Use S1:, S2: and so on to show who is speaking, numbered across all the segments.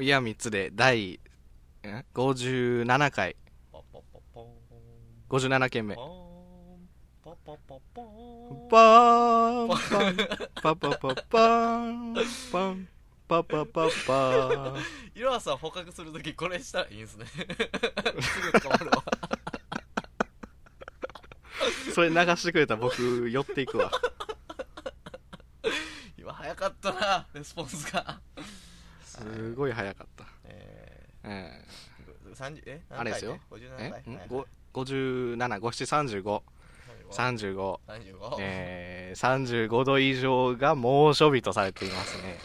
S1: イヤー3つで第ん57回、
S2: ポポポポーン
S1: 57件目。
S2: ポーンポポポポーン
S1: パーン、パン、パパパパーン、パン、パパパパーン。
S2: いろはさん捕獲するときこれしたらいい んすねすぐ捕まるわ
S1: それ流してくれたら僕、寄っていくわ。
S2: 今早かったなレスポンスが
S1: すごい早かった。
S2: え
S1: え
S2: ー、30え
S1: ー、あれですよ。
S2: 57
S1: え
S2: 回
S1: んご ?57、57、35、35。
S2: 35、
S1: えー、35度以上が猛暑日とされていますね。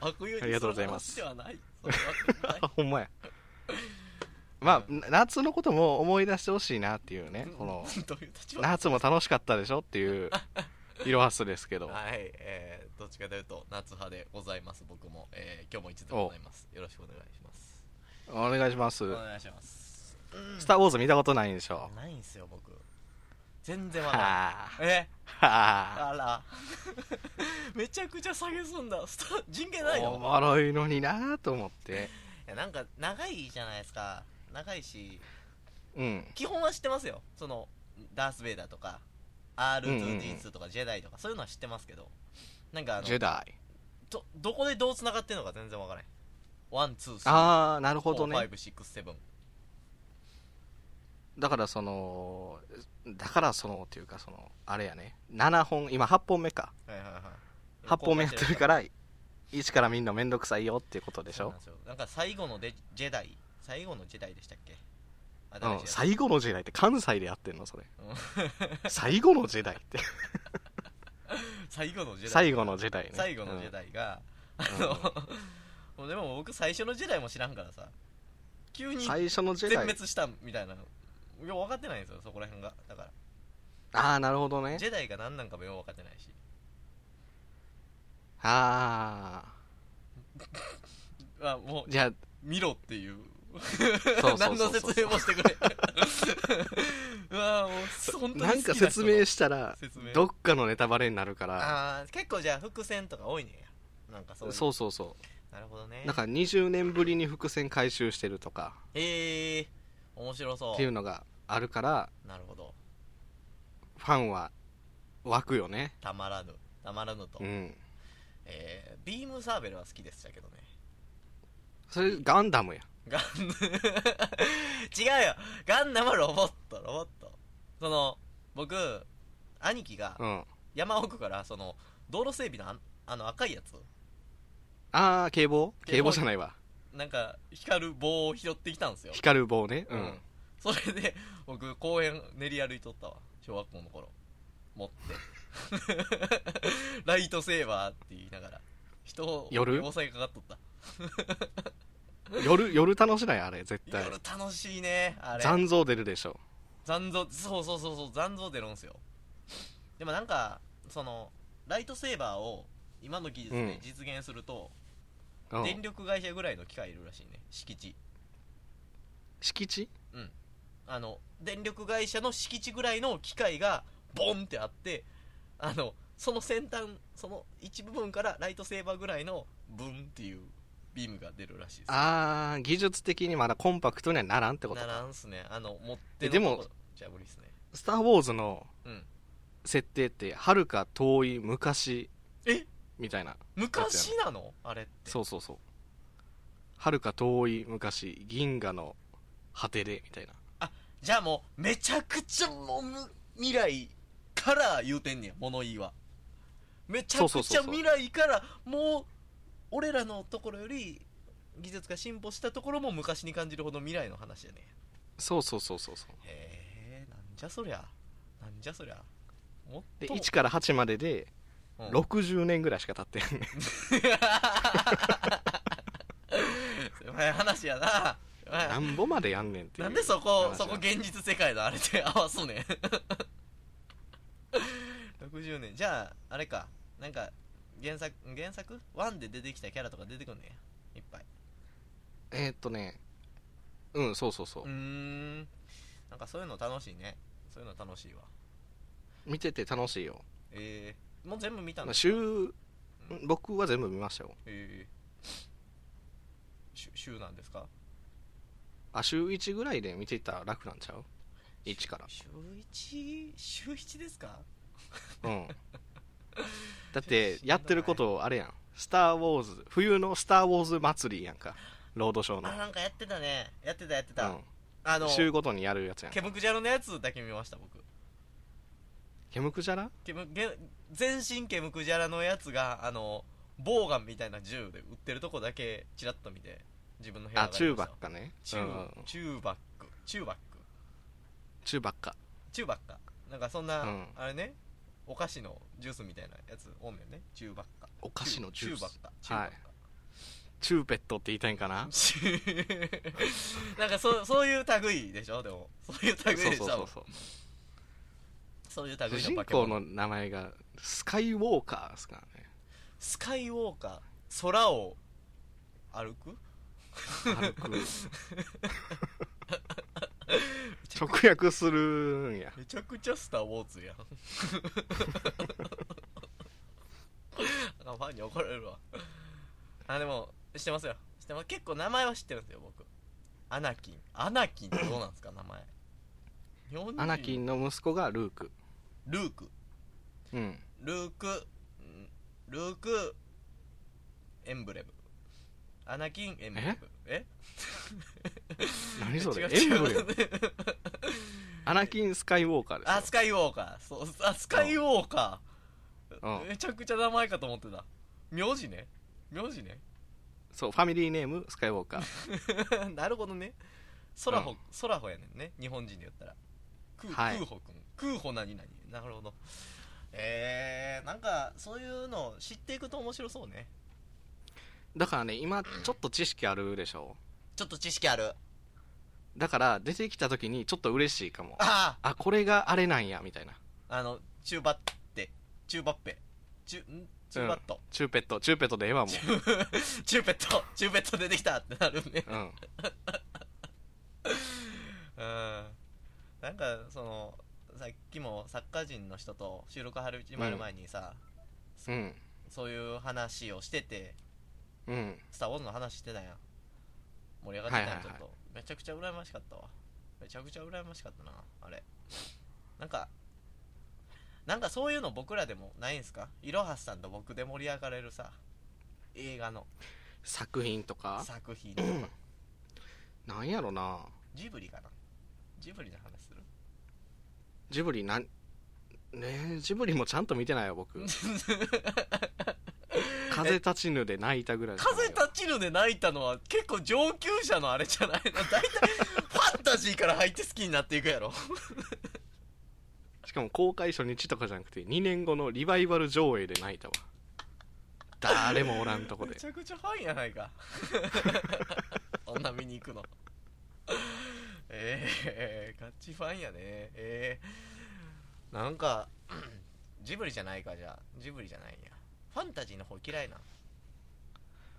S2: 真冬に
S1: ありがとうございます
S2: そんな話ではないそんなわけない
S1: あほんまや。まあ、な夏のことも思い出してほしいなっていうね、この、
S2: どういう立場
S1: 夏も楽しかったでしょっていう、色はすですけど。
S2: はい、えー、どっちかというと夏派でございます僕も、えー、今日も一度ございますよろしくお願いします
S1: お願いします
S2: お。願いします
S1: スター・ウォーズ見たことないんでしょ
S2: ないんすよ僕全然わかんない
S1: はぁ。
S2: え
S1: は
S2: あら めちゃくちゃ下げすんだスタ人権ない
S1: ぁ。お
S2: の
S1: もろいのになぁと思って。
S2: いやなんか長いじゃないですか長いし
S1: うん。
S2: 基本は知ってますよそのダース・ベイダーとか
S1: うんうん
S2: R2D2 とかジェダイとかそういうのは知ってますけどなんかあ
S1: ジェ
S2: の
S1: ダイ。
S2: どどこでどう繋がってるのか全然わからへんワンツースリー
S1: あー、なる
S2: フ
S1: ほ
S2: ォ
S1: ど
S2: ーファイ
S1: ね。
S2: ブシックスセブン
S1: だからその、だからその、っていうかその、あれやね。7本、今8本目か。
S2: はいはいはい
S1: 8本目やってるから一から見んのめんどくさいよっていうことでし
S2: そう
S1: ょ
S2: なん、すよなんか最後のデジェダイ最後のジェダイでしたっけあ
S1: う
S2: 誰
S1: ん
S2: で、したっ
S1: 最後の時代って関西でやってんのそれ
S2: うん
S1: 最後の時代って
S2: け最後のジェダイ
S1: 最後の時代ね
S2: 最後の時代が、
S1: うん
S2: あの もうでも僕最初の時代も知らんからさ急
S1: うん
S2: に
S1: 最初の時
S2: 全
S1: 代
S2: 滅したみたいなよく分かってないんですよそこら辺がだか
S1: ああなるほどね
S2: らジェダイが何なんかもよく分かってないし
S1: ああ
S2: あもう
S1: じゃ あ
S2: 見ろっていう
S1: そうそ
S2: 何
S1: うそう
S2: の
S1: そう
S2: 説明もしてくれうわもう本当に好きな
S1: な
S2: 人
S1: んか説明したら
S2: 説明
S1: どっかのネタバレになるから
S2: あー結構じゃあ伏線とか多いねやなんかそういう
S1: そうそうそ
S2: なるほどね
S1: うだから20年ぶりに伏線回収してるとか
S2: へえ面白そう
S1: っていうのがあるから
S2: なるほど
S1: ファンは湧くよね
S2: たまらぬたまらぬと、
S1: うん
S2: えービームサーベルは好きでしたけどね
S1: それガンダムや
S2: ガン 違うよガンダムはロボットロボットその僕兄貴が
S1: うん
S2: 山奥からその道路整備のあんあの赤いやつ
S1: ああ警棒警棒じゃないわ
S2: なんか光る棒を拾ってきたんですよ、
S1: 光る棒ねう
S2: うんんそれで僕公園練り歩いとったわ小学校の頃持って ライトセーバーって言いながら人を
S1: 夜
S2: 抑えかかっとった
S1: 夜夜楽しないあれ絶対
S2: 夜楽しいねあれ
S1: 残像出るでしょ
S2: 残像そうそうそうそう残像出るんすよでもなんかそのライトセーバーを今の技術
S1: うん
S2: で実現すると、
S1: うん
S2: 電力会社ぐらいの機械いるらしいね敷地
S1: 敷地
S2: あの電力会社の敷地ぐらいの機械がボンってあってあのその先端その一部分からライトセーバーぐらいのブンっていうビームが出るらしいです
S1: ああ技術的にまだコンパクトにはならんってこと
S2: なら
S1: か
S2: んすねあの持って
S1: え
S2: の
S1: でも
S2: とこじゃ無理っすね
S1: 「スター・ウォーズ」の
S2: うん
S1: 設定ってはるか遠い昔
S2: え
S1: みたいな
S2: 昔なのあれって
S1: そうそうそうはるか遠い昔銀河の果てでみたいな
S2: じゃあもうめちゃくちゃもうむ未来から言うてんねや物言いはめちゃ
S1: そ
S2: く
S1: うそう
S2: ちゃ
S1: そうそう
S2: 未来からもう俺らのところより技術が進歩したところも昔に感じるほど未来の話やね
S1: そうそうそうそうそう
S2: へえなんじゃそりゃなんじゃそりゃもっ
S1: で
S2: と
S1: 1から8までで
S2: うん
S1: 60年ぐらいしか経ってない
S2: 狭い話やな狭い
S1: なんぼまでやんねんっていう
S2: なんでそこ
S1: 話
S2: そこ現実世界のあれで合わすねん 60年じゃああれかなんか原作原作1で出てきたキャラとか出てくんねんいっぱい
S1: えーっとねうんそうそうそう
S2: うーんなんかそういうの楽しいねそういうの楽しいわ
S1: 見てて楽しいよ
S2: えー、もう全部見たの
S1: 週僕は全部見ましたよ
S2: え週週なんですか
S1: あ週1ぐらいで見ていったら楽なんちゃう1から
S2: 週 1? 週1ですか
S1: うんだってやってることあれやん「スター・ウォーズ」冬の「スター・ウォーズ」祭りやんかロードショーの
S2: あ、なんかやってたね。やってた、やってた。あ
S1: うん、
S2: の、
S1: 週ごとにやるやつやん
S2: ケムクジャロのやつだけ見ました、僕。
S1: ケムクジャラ
S2: ケムゲ全身ケムクジャラのやつが、あの、ボウガンみたいな銃で撃ってるとこだけチラッと見て、自分の部屋
S1: あ
S2: が
S1: チューバッカね
S2: チ
S1: う
S2: ュ
S1: んう
S2: ー
S1: ん、
S2: チューバック。チューバック。
S1: チューバッカ
S2: チューバッカ。なんかそんな、
S1: うん
S2: あれね、お菓子のジュースみたいなやつ、多めね。チューバッカ。
S1: お菓子のジュー
S2: チューバ
S1: ス
S2: ッカ。チューバッカ。
S1: チューペットって言いたいんかな
S2: チュー なんかそそういう類でしょでもそういう類
S1: そう
S2: でし
S1: そう
S2: ょ
S1: そうそう
S2: そういう類
S1: 主
S2: の
S1: 人
S2: 化け物
S1: 公の名前がスカイウォーカーですからね
S2: スカイウォーカー空を歩く
S1: 軽 く直訳するんや
S2: めちゃくちゃスター・ウォーズやんあかんファンに怒られるわあでも知ってますよ知ってます結構名前は知ってるんですよ僕アナキンアナキンってどうなんですか名前日本人
S1: アナキンの息子がルーク
S2: ルーク
S1: うん
S2: ルークんルークエンブレムアナキンエンブレムえ
S1: 何それ
S2: 違う
S1: エ
S2: 違
S1: ン
S2: う
S1: ブレムアナキンスカイウォーカーですよ
S2: あスカイウォーカーそうあスカイウォーカー
S1: うん
S2: めちゃくちゃ名前かと思ってた名字ね名 字ね
S1: そうファミリーネームスカイウォーカー
S2: なるほどねソラホ、
S1: うん
S2: ソラホやねんね日本人で言ったらクー,、
S1: はい
S2: クーホくんクーホ何々なるほどえー、なんかそういうの知っていくと面白そうね
S1: だからね今ちょっと知識あるでしょ
S2: ちょっと知識ある
S1: だから出てきた時にちょっと嬉しいかも
S2: ああ
S1: あこれがあれなんやみたいな
S2: あの、チューバッテ、チューバッペ、チュ、んチューバット、
S1: チューペットチューペットでええわもう
S2: チューペット、チューペット出てきたってなるね。
S1: うん
S2: うん。なんか、その、さっきもサッカー人の人と収録始まる前にさ、
S1: うん
S2: そういう話をしてて、
S1: うん
S2: スター・ウォーズの話してたやん。盛り上がってたやん、
S1: はいはいはい
S2: ちょっと。めちゃくちゃ羨ましかったわ。めちゃくちゃ羨ましかったな、あれ。なんか、なんかそういうの僕らでもないんすかいろはさんと僕で盛り上がれるさ、映画の
S1: 作品とか
S2: 作品とか。
S1: なんやろな
S2: ジブリかなジブリの話する
S1: ジブリなんねえジブリもちゃんと見てないよ 僕風立ちぬで泣いたぐらいしかない
S2: 風
S1: よ
S2: 立ちぬで泣いたのは結構上級者のあれじゃない の大体ファンタジーから入って好きになっていくやろ
S1: しかも公開初日とかじゃなくて2年後のリバイバル上映で泣いたわ誰もおらんとこ
S2: め
S1: で
S2: ちゃくちゃファンやないかそんな見に行くのええガチファンやねええなんかジブリじゃないかじゃあジブリじゃないんやファンタジーの方嫌いな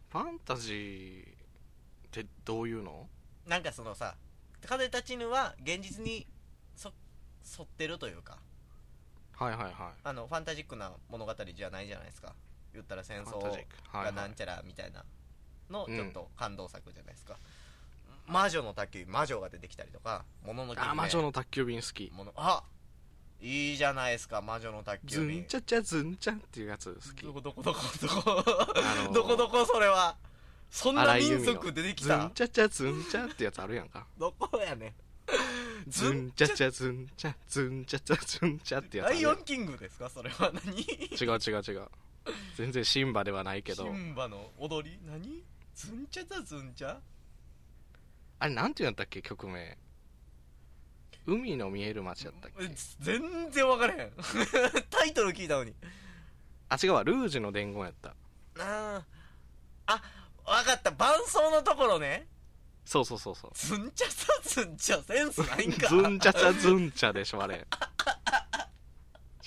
S1: ファンタジーってどういうの
S2: なんかそのさ風立ちぬは現実にそ沿ってるというか
S1: はいはいは
S2: あのファンタジックな物語じゃないじゃないですか言ったら戦
S1: いファ
S2: 争
S1: ンタジックはい
S2: が
S1: は
S2: ないんちゃらみたいなのちょっと感動作じゃないですか、魔女の卓球魔女が出てきたりとかもののけ姫
S1: あ魔女の宅急便好き
S2: ものあいいじゃないですか魔女の卓
S1: ズ
S2: 球
S1: ン
S2: 便
S1: チャチャズンチャっていうやつ好き
S2: どこどこどこどこ、
S1: あのー
S2: どこどこそれはそんな
S1: 荒井由
S2: 民
S1: 実の
S2: 族出てき
S1: ズ
S2: た
S1: ンチャチャズンチャってやつあるやんか
S2: どこやねん
S1: ズンチャチャズンチャズンチャチャズンチャってやつあ
S2: ラ
S1: る
S2: イ
S1: や
S2: オ
S1: ん
S2: ンキングですかそれは何
S1: 違う違う違う全然シンバではないけど
S2: シンバの踊り何ズンチャだズンチャ
S1: あれなんていうんだったっけ曲名海の見える街やったっけ
S2: え全然分からへん タイトル聞いたのに
S1: あ違うわルージュの伝言やった
S2: あーあ分かった伴奏のところね
S1: そうそうそうそう
S2: ズンチャさズンチャセンスないん か
S1: ズンチャチャズンチャでしょあれ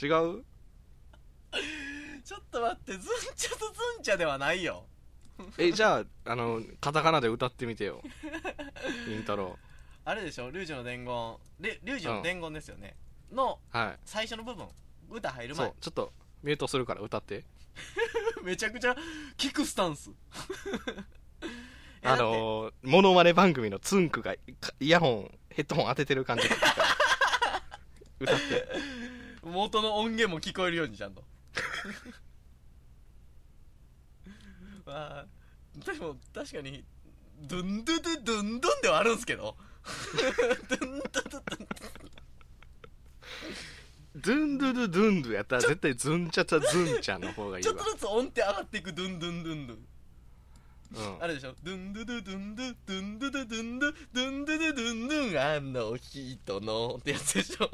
S1: 違う
S2: ちょっと待ってズンチャとズンチャではないよ
S1: えじゃああのカタカナで歌ってみてよイントロ
S2: あれでしょルージュの伝言リリュウジュの伝言ですよね、の
S1: はい
S2: 最初の部分歌入る
S1: そ
S2: 前
S1: うちょっとミュートするから歌って
S2: めちゃくちゃキックスタンス えや
S1: あのー、モノマネ番組のツンクがかイヤホン、ヘッドホン当ててる感じで聞くから歌って。
S2: 元の音源も聞こえるようにちゃんとまあでも確かにドゥンドゥドゥドゥンドゥンではあるんですけどドゥンドゥドゥドゥン
S1: ドゥンドゥドゥドゥンドゥやったら絶対ズンチャチャズンチャの方がいい
S2: ちょ
S1: わ
S2: っ。とずつ音って上がっていくドゥンドゥンドゥンドゥン
S1: うん
S2: あれでしょドゥンドゥドゥドゥンドゥドゥンドゥドゥドゥンドゥドゥンドゥドゥドゥンドゥンあの人のってやつでしょ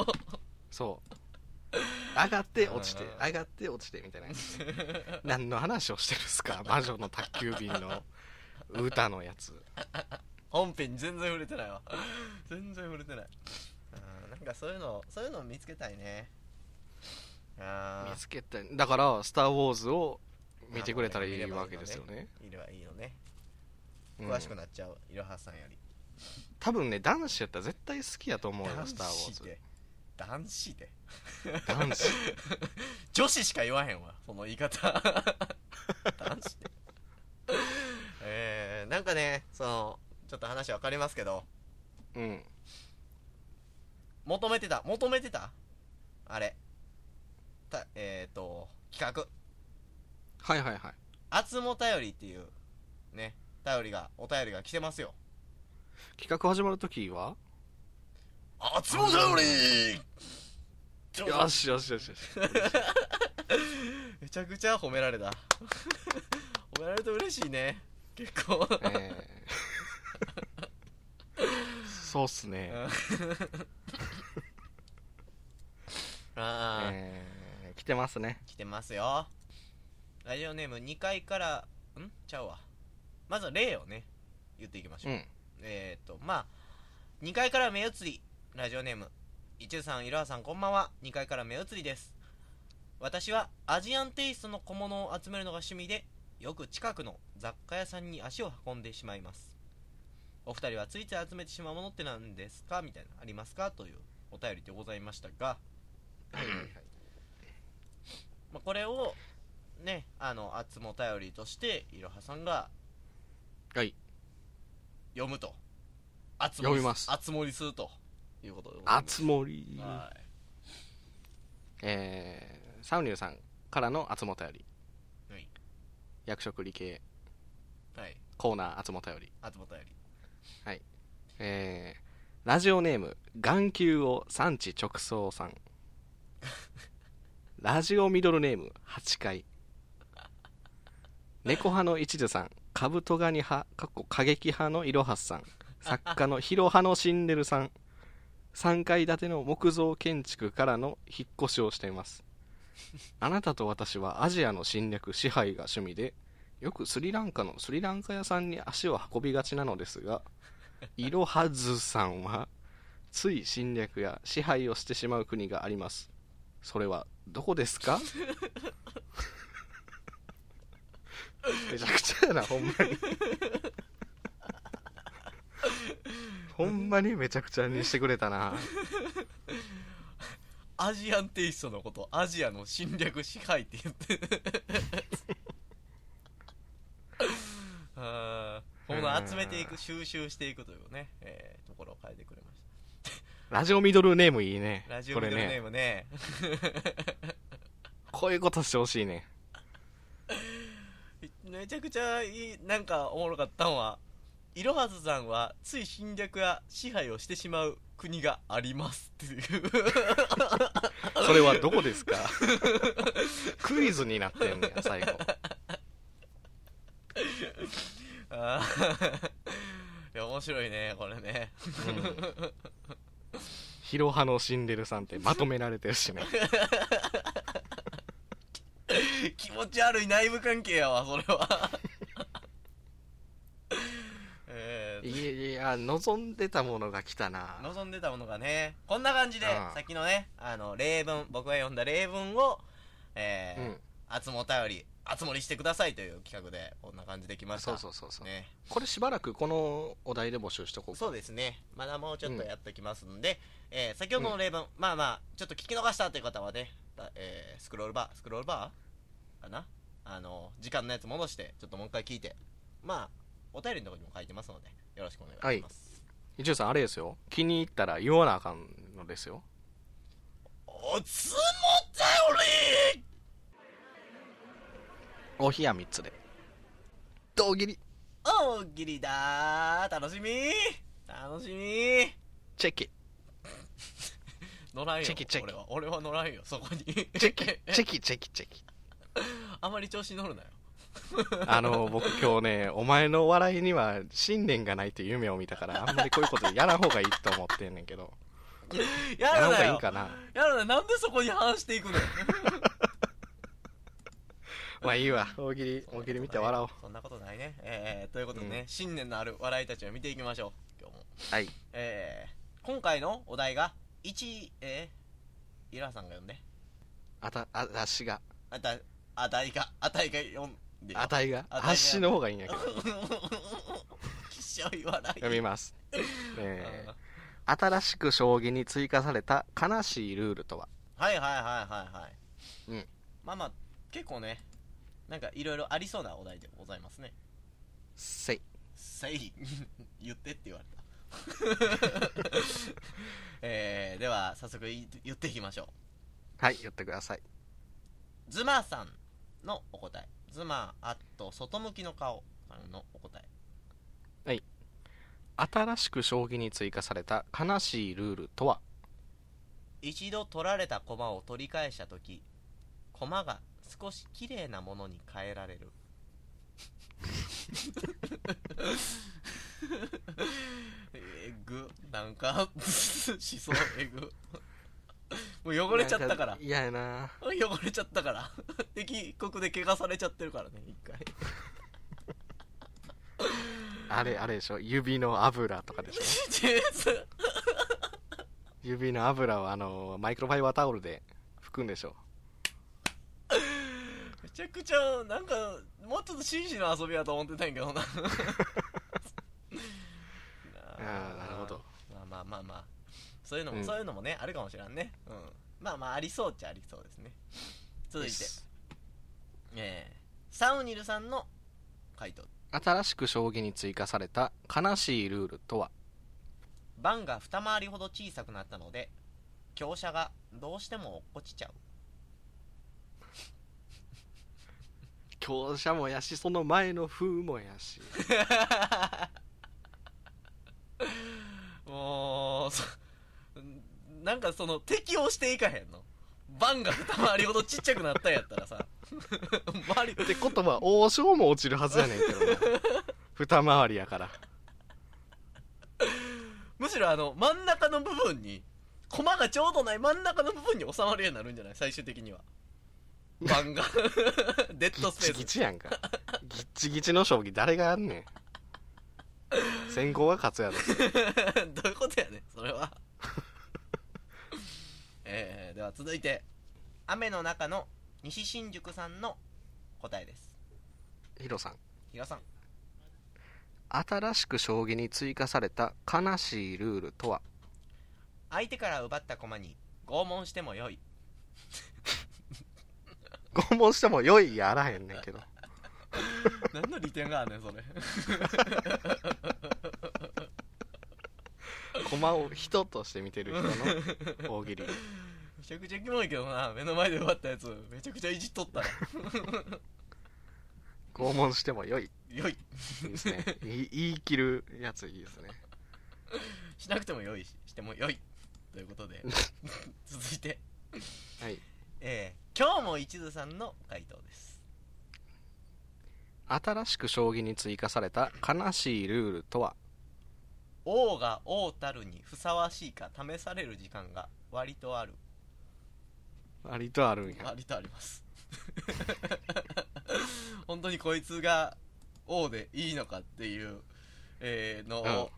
S1: そう。上がって落ちて
S2: うんうん、うん
S1: 上がって落ちてみたいな。何の話をしてるんす か魔女の宅急便の歌のやつ。
S2: 本編に全然触れてないわ全然触れてないうんなんかそういうのそういうのを見つけたいねあ
S1: 見つけたいだから「スター・ウォーズ」を見てくれたらいいわけですよね
S2: あいればいいのね
S1: うん
S2: 詳しくなっちゃういろはさんより
S1: 多分ね男子やったら絶対好きやと思うよ「
S2: 男
S1: スター・ウォー
S2: 子
S1: ズ
S2: で男子で」
S1: 男子
S2: 女子しか言わへんわその言い 方男子でえー、なんかねそのちょっと話分かりますけど
S1: うん
S2: 求めてた求めてたあれたえっ、ー、と企画
S1: はいはいはい
S2: あつも頼りっていうね頼りがお便りが来てますよ
S1: 企画始まるときは
S2: あつも頼り
S1: よしよしよし よし
S2: めちゃくちゃ褒められた褒められると嬉しいね結構
S1: えーそうっすね、
S2: ああ、
S1: えー来てますね
S2: 来てますよラジオネーム2階からんちゃうわまずは例をね言っていきましょ
S1: う
S2: う、
S1: ん
S2: えっ、ー、とまあ2階から目移りラジオネームいちゅうさんいろはさんこんばんは2階から目移りです私はアジアンテイストの小物を集めるのが趣味でよく近くの雑貨屋さんに足を運んでしまいますお二人はついつい集めてしまうものって何ですかみたいなありますかというお便りでございましたがはいはいはいまあこれをねあのあつも頼りとしていろはさんが
S1: はい
S2: 読むと熱
S1: 読みます
S2: 熱盛りするということでござ
S1: あ
S2: いま
S1: つ森
S2: すはい
S1: えー、サウニューさんからのあつもたより
S2: はい
S1: 役職理系
S2: はい
S1: コーナーあつもたより
S2: 熱盛り
S1: えーラジオネーム眼球を産地直送さん ラジオミドルネーム8回猫派の一途さんカブトガニ派かっこ過激派のいろはすさん作家のヒロ派のシンデルさん3階建ての木造建築からの引っ越しをしていますあなたと私はアジアの侵略支配が趣味でよくスリランカのスリランカ屋さんに足を運びがちなのですがいろはずさんはつい侵略や支配をしてしまう国がありますそれはどこです かめちゃくちゃやなほんまにほんまにめちゃくちゃにしてくれたな
S2: アジアンテイストのことアジアの侵略支配って 言ってあーこの集めていく収集していくというね、えーところを変えてくれまし
S1: ラジオミドルネームいいね
S2: たラジオ
S1: こ
S2: ミ
S1: れ
S2: ドルネー
S1: ね
S2: ムね
S1: こういうことしてほしいね
S2: めちゃくちゃいいなんかおもろかったんはいろはずさんはつい侵略や支配をしてしまう国がありますっていう
S1: それはどこです かクイズになってんねや最後
S2: あー いや面白いねこれね
S1: ヒロハのシンデレさんってまとめられてるしね
S2: 気持ち悪い内部関係やわそれは えー
S1: いや望んでたものが来たな
S2: 望んでたものがねこんな感じで
S1: ああ
S2: さっきのねあの例文僕が読んだ例文をえ
S1: うん
S2: ー集もお便り集もりしてくださいという企画でこんな感じできました
S1: そうそうそうそう、
S2: ね
S1: これしばらくこのお題で募集しとこうか
S2: そうですねまだもうちょっとやっておきますんで、えー先ほどの例文、まあまあちょっと聞き逃したという方はね、たえースクロールバースクロールバーかなあの時間のやつ戻してちょっともう一回聞いてまあお便りのところにも書いてますのでよろしくお願いします、
S1: 一応さんあれですよ気に入ったら言わなあかんのですよ
S2: おつもたより
S1: お冷や3つで胴切り
S2: 大喜利だー楽しみー楽しみー
S1: チェキ
S2: 乗らんよ
S1: チェキチェキ
S2: 俺は俺は乗らんよそこに
S1: チェキチェキチェキチェキ
S2: あまり調子乗るなよ
S1: あの僕今日ねお前の笑いには信念がないっていう夢を見たからあんまりこういうことやらん方がいいと思ってんねんけど
S2: や
S1: やら
S2: る
S1: ん方
S2: な
S1: がいい
S2: よ
S1: んかな
S2: やるななんでそこに反していくのよ
S1: まあいいわ大喜利大喜利見て笑おう
S2: そんなことないねえー、ということでね、
S1: う
S2: 信念のある笑いたちを見ていきましょう今日も
S1: はい
S2: えー、今回のお題が1えー、イラさんが読んで
S1: あたあたしが
S2: あたあたいがあたいが読んでよ
S1: あたいが
S2: あたいが
S1: あっしの方がいいんやけど
S2: きしょい笑い
S1: 読みます、え
S2: うん
S1: ー新しく将棋に追加された悲しいルールとは
S2: はいはいはいはいはい、
S1: うん
S2: まあまあ結構ねなんかいろいろありそうなお題でございますね
S1: せい
S2: せい言ってって言われた えー、では早速い言っていきましょう
S1: はい言ってください
S2: ズマさんのお答えズマあと外向きの顔さんのお答え
S1: 新しく将棋に追加された悲しいルールとは
S2: 一度取られた駒を取り返した時駒が少し綺麗なものに変えられる えぐなんか しそうえぐもう汚れちゃったから
S1: いやな
S2: 汚れちゃったから 敵国で怪我されちゃってるからね一回
S1: あれあれでしょ指の油とか でしょ指の油をあのマイクロファイバータオルで拭くんでしょ
S2: めちゃくちゃなんかもうちょっと紳士の遊びやと思ってたんやけどな な
S1: ああなるほど
S2: まあまあまあまあそういうのも、
S1: うん
S2: そういうのもねあるかもしらんね、うん、まあまあありそうっちゃありそうですね続いて
S1: よし
S2: えーサウニルさんの回答
S1: 新しく将棋に追加された悲しいルールとは
S2: 盤が二回りほど小さくなったので強者がどうしても落っこちちゃう
S1: 強者もやしその前の風もやし
S2: もうそ なんかその適応していかへんの番が二回りほどちっちゃくなったんやったらさ周り
S1: ってことは王将も落ちるはずやねんけどな二回りやから
S2: むしろあの真ん中の部分に駒がちょうどない真ん中の部分に収まるようになるんじゃない最終的には 番がデッ
S1: ギ
S2: ド
S1: ッ
S2: ス
S1: チ
S2: ペ
S1: ギ
S2: ース
S1: チやんかギッチギチの将棋誰がやんねん先行が勝つやろ
S2: どういうことやねんそれはえー、では続いて雨の中の西新宿さんの答えです
S1: ヒロさん
S2: 比嘉さん
S1: 新しく将棋に追加された悲しいルールとは
S2: 相手から奪った駒に拷問してもよい
S1: 拷問しても良いやあらへんねんけど
S2: 何の利点があんねんそれ
S1: 駒を人として見てる人の大喜利
S2: めちゃくちゃキモいけどな目の前で奪ったやつめちゃくちゃいじっとったら
S1: 拷問しても良い
S2: よい
S1: いいですねいい言い切るやついいですね
S2: しなくてもよいししてもよいということ で続いて
S1: はい
S2: えー、今日も一途さんの回答です
S1: 新しく将棋に追加された悲しいルールとは
S2: 王が王たるにふさわしいか試される時間が割とある
S1: 割とあるんや
S2: 割とあります 本当にこいつが王でいいのかっていう、えーのを、
S1: うん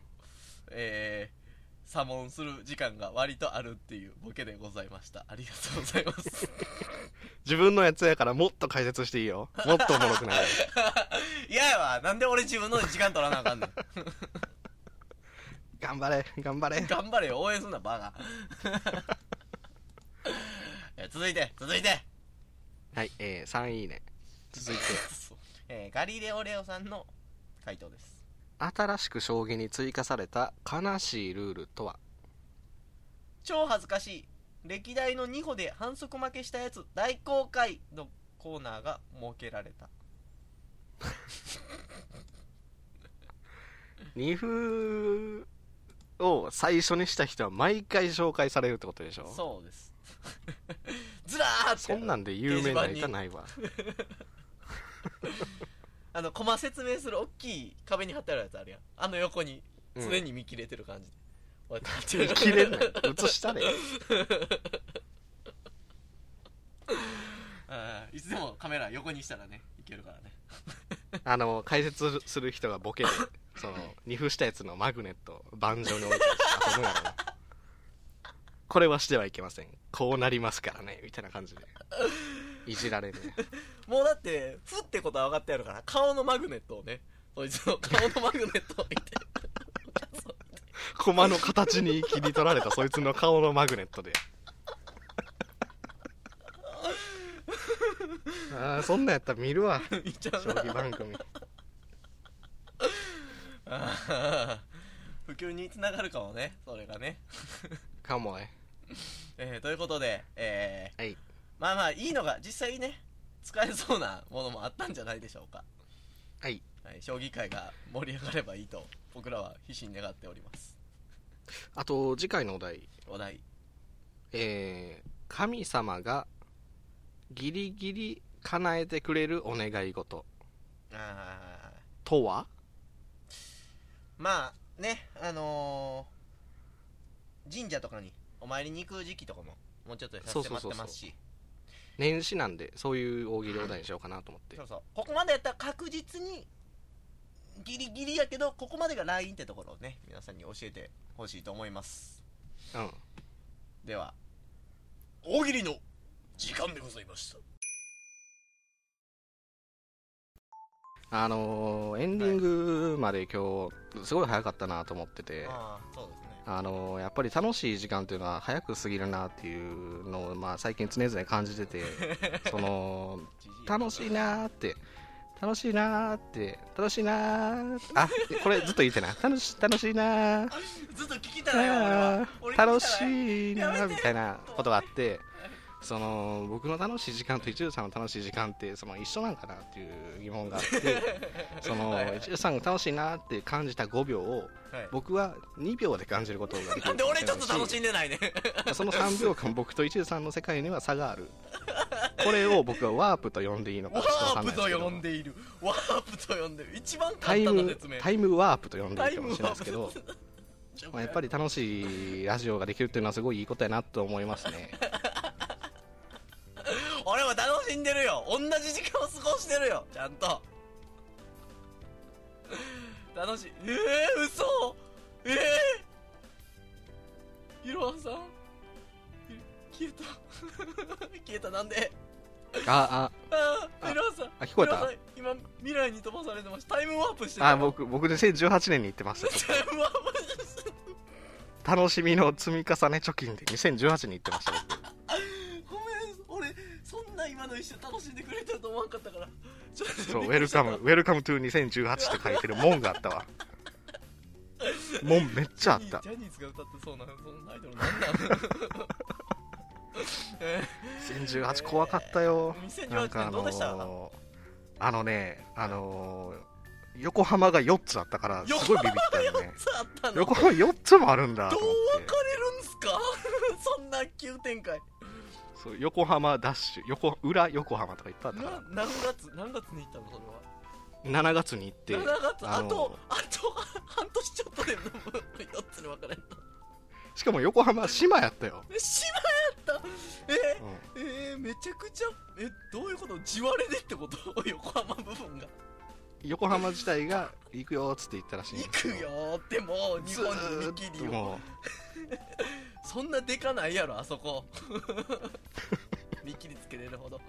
S2: えー査問する時間が割とあるっていうボケでございましたありがとうございます
S1: 自分のやつやからもっと解説していい よもっとおもろくなる
S2: 嫌やわなんで俺自分の時間取らなあかんねん
S1: 頑張れ頑張れ
S2: 頑張れよ応援すんなバ カいや続いて続い て
S1: はいえー、3いいね続いて
S2: えーガリレオレオさんの回答です
S1: 新しく将棋に追加された悲しいルールとは
S2: 超恥ずかしい歴代の2歩で反則負けしたやつ大公開のコーナーが設けられた
S1: 二歩を最初にした人は毎回紹介されるってことでしょ
S2: そうです ずらーっと
S1: そんなんで有名なネタないわ
S2: あのコマ説明する大きい壁に貼ってあるやつあるやんあの横に
S1: うん
S2: 常に見切れてる感じで、
S1: 手切れ ない映したね
S2: あーいつでもカメラ横にしたらねいけるからね
S1: あの解説する人がボケでその二歩したやつのマグネットを盤上に置いて遊ぶやろなこれはしてはいけませんこうなりますからねみたいな感じでいじられる
S2: もうだって「ふ」ってことは分かってやるから顔のマグネットをねそいつの顔のマグネットを置いて
S1: 駒の形に切り取られたそいつの顔のマグネットであーそんなんやったら見るわ
S2: 見ちゃう
S1: 将
S2: な
S1: 棋番組
S2: あ ー普及につながるかもねそれがね、
S1: かもね
S2: えーということで、えー
S1: はい
S2: まあまあいいのが実際にね使えそうなものもあったんじゃないでしょうか、
S1: はい
S2: はい、将棋界が盛り上がればいいと僕らは必死に願っております
S1: あと次回のお題
S2: お題
S1: えー神様がギリギリ叶えてくれるお願い事
S2: あー
S1: とは
S2: まあねあのー神社とかにお参りに行く時期とかももうちょっとで差し迫ってますし
S1: 年始なんでそういう大喜利お題にしようかなと思って
S2: そうそうここまでやったら確実にギリギリやけどここまでがラインってところをね皆さんに教えてほしいと思います
S1: うん
S2: では大喜利の時間でございました
S1: あのーエンディングまで今日すごい早かったなと思ってて、
S2: ああそうですね
S1: あのーやっぱり楽しい時間っていうのは早く過ぎるなっていうのを、まあ、最近常々感じててその楽しいなーって楽しいなーって楽しいなーってあこれずっと言ってな楽し楽しいなー
S2: ずっと聞きたいよ俺は俺聞きた
S1: 楽
S2: い
S1: しい
S2: や
S1: な
S2: めて
S1: みたいなことがあってその僕の楽しい時間と一流さんの楽しい時間ってその一緒なんかなっていう疑問があって その
S2: はいはい
S1: 一流さんが楽しいなって感じた5秒を
S2: はい
S1: 僕は2秒で感じることができる
S2: なんで俺ちょっと楽し
S1: い
S2: んでないね
S1: その3秒間僕と一流さんの世界には差があるこれを僕はワープと呼んでいいのか
S2: ワ
S1: ちょっとわか
S2: ー
S1: んない
S2: プと
S1: ですけど
S2: 呼んでいるワープと呼んでいる一番
S1: タ
S2: 簡
S1: イ
S2: 単な
S1: ム
S2: 説明
S1: タイムワープと呼んで
S2: タ
S1: いい
S2: イ
S1: か
S2: ム
S1: も
S2: ワ
S1: しれない
S2: ー
S1: です
S2: プ
S1: けどまあ、やっぱり楽しいラジオができるっていうのはすごいいいことやなと思います ね
S2: 俺も楽しんでるよ同じ時間を過ごしてるよちゃんと楽しいええー、嘘ええー、ヒロアさんえ消えた消えた なんで
S1: あ
S2: ああ
S1: あ
S2: ヒロアさん
S1: あ聞こえた
S2: ヒロアさん今未来に飛ばされてましたタイムワープして
S1: あ
S2: た
S1: あ僕僕2018年に行ってました
S2: タイムワープしてた
S1: 楽しみの積み重ね貯金で2018に行って ました僕
S2: ごめん俺そんな今の一瞬楽しんでくれてると思わんかったからちょっと
S1: そうウ
S2: びっく
S1: ェ
S2: り
S1: ル
S2: した
S1: カムウェルカムトゥ2018って書いてる門があったわ門めっちゃあっ
S2: ジ
S1: た
S2: ャニーズが歌ってそうなそのアイドルなんなんえ
S1: 2018怖かったよ
S2: 2018
S1: なんかあ
S2: どう
S1: の
S2: でした
S1: ーあのねあのー横浜が4つあったからすごいビビったよね
S2: ー、さあったのどう
S1: 横浜4つもあるんだ
S2: 分
S1: と
S2: か
S1: 思
S2: れ
S1: って
S2: るんすか そんな急展開
S1: そう横浜ダッシュ横裏横浜とかいっぱいあった
S2: な
S1: か
S2: 何月何月に行ったのそ
S1: ら7月に行って
S2: れは7月あ,、
S1: のー
S2: とあと 半年ちょっとで4つに分 かれた
S1: しかも横浜島やったよ、
S2: え島やったえ
S1: うん
S2: えー、めちゃくちゃえどういうこと地割れでってこと 横浜部分が
S1: 横浜自体が行くよっつって言ったらしいん
S2: 行
S1: です
S2: く
S1: よ
S2: よーってもう日
S1: ず
S2: 本に
S1: ー
S2: 見切り
S1: っと
S2: を
S1: も
S2: そんなでかないやろあそこ 見切りつけれるほど
S1: う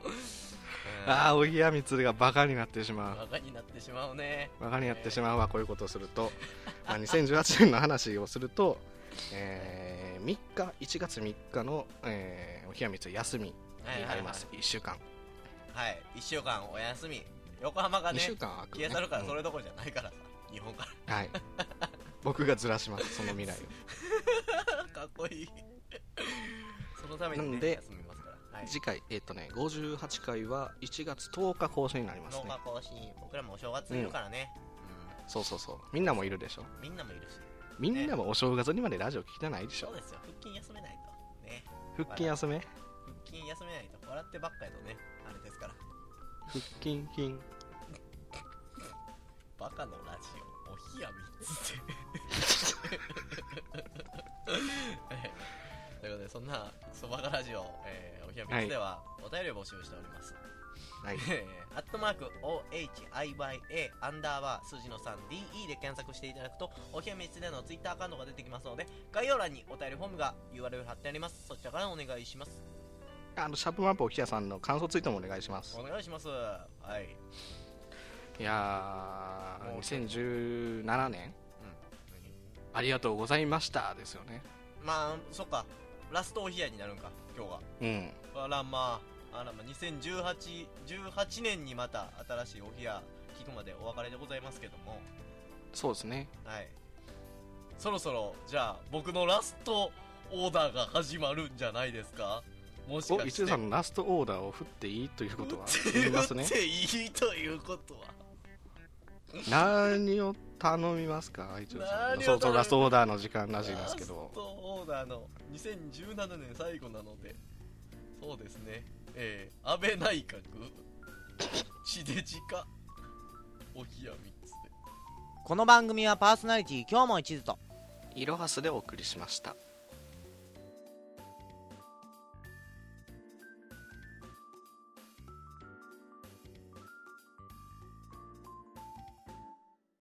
S1: ああおぎやみつがバカになってしまう
S2: バカになってしまうね
S1: バカになってしまうわこういうことをすると、まあ、2018年の話をすると、え3日1月3日の、えー、おぎやみつ休みになります、1週間
S2: はい1週間お休み横浜が
S1: 2
S2: ね
S1: 週間空く、ね
S2: 消え去るから
S1: うん
S2: それどころじゃないからさ日本か
S1: はい僕がずらしますその未来
S2: ら かっこいいそのために、ね、
S1: なんで
S2: 休みますから、は
S1: を
S2: い、
S1: 次回えっ、とね58回は1月10日更新になります
S2: 農
S1: ね
S2: 家更新僕らもお正月いるからね、
S1: そうそうそうみんなもいるでしょ
S2: うんみんなもいるし
S1: みんなもお正月にまでラジオ聞きたないでし
S2: そ
S1: ょ
S2: うですよ腹筋休めないとね
S1: 腹筋休め
S2: 腹筋休めないと笑ってばっかやとねあれですから
S1: 腹筋筋
S2: バカのラジオおひやみっつってはい ということでそんなクソバカラジオ、えーおひやみっつではお便りを募集しております、
S1: はい
S2: えーアットマーク OHIYA アンダーバー数字の 3DE で検索していただくとおひやみつでのツイッターアカウントが出てきますので 概要欄にお便りフォームが URL 貼ってありますそちらからお願いします
S1: あのシャープマップおきやさんの感想ツイートもお願いします
S2: お願いしますはい
S1: いや
S2: もう
S1: ー2017年
S2: 何
S1: ありがとうございましたですよね
S2: まあそっかラストお冷やになるんか今日
S1: うん
S2: があらまああらまあ2018 18年にまた新しいお冷や聞くまでお別れでございますけども
S1: そうですね
S2: はいそろそろじゃあ僕のラストオーダーが始まるんじゃないですかもしか
S1: お
S2: して
S1: 一途さんのラストオーダーを振っていいということは言いますね
S2: 打っていいということは
S1: 何を頼みますか一途さん
S2: 何を頼み
S1: のそうそうラストオーダーの時間らしいですけ
S2: ラ
S1: ど
S2: ストオーダーの2017年最後なのでそうですねえー、安倍内閣 秀近お冷やみつで
S3: この番組はパーソナリティ今日も一途と
S1: いろはすでお送りしました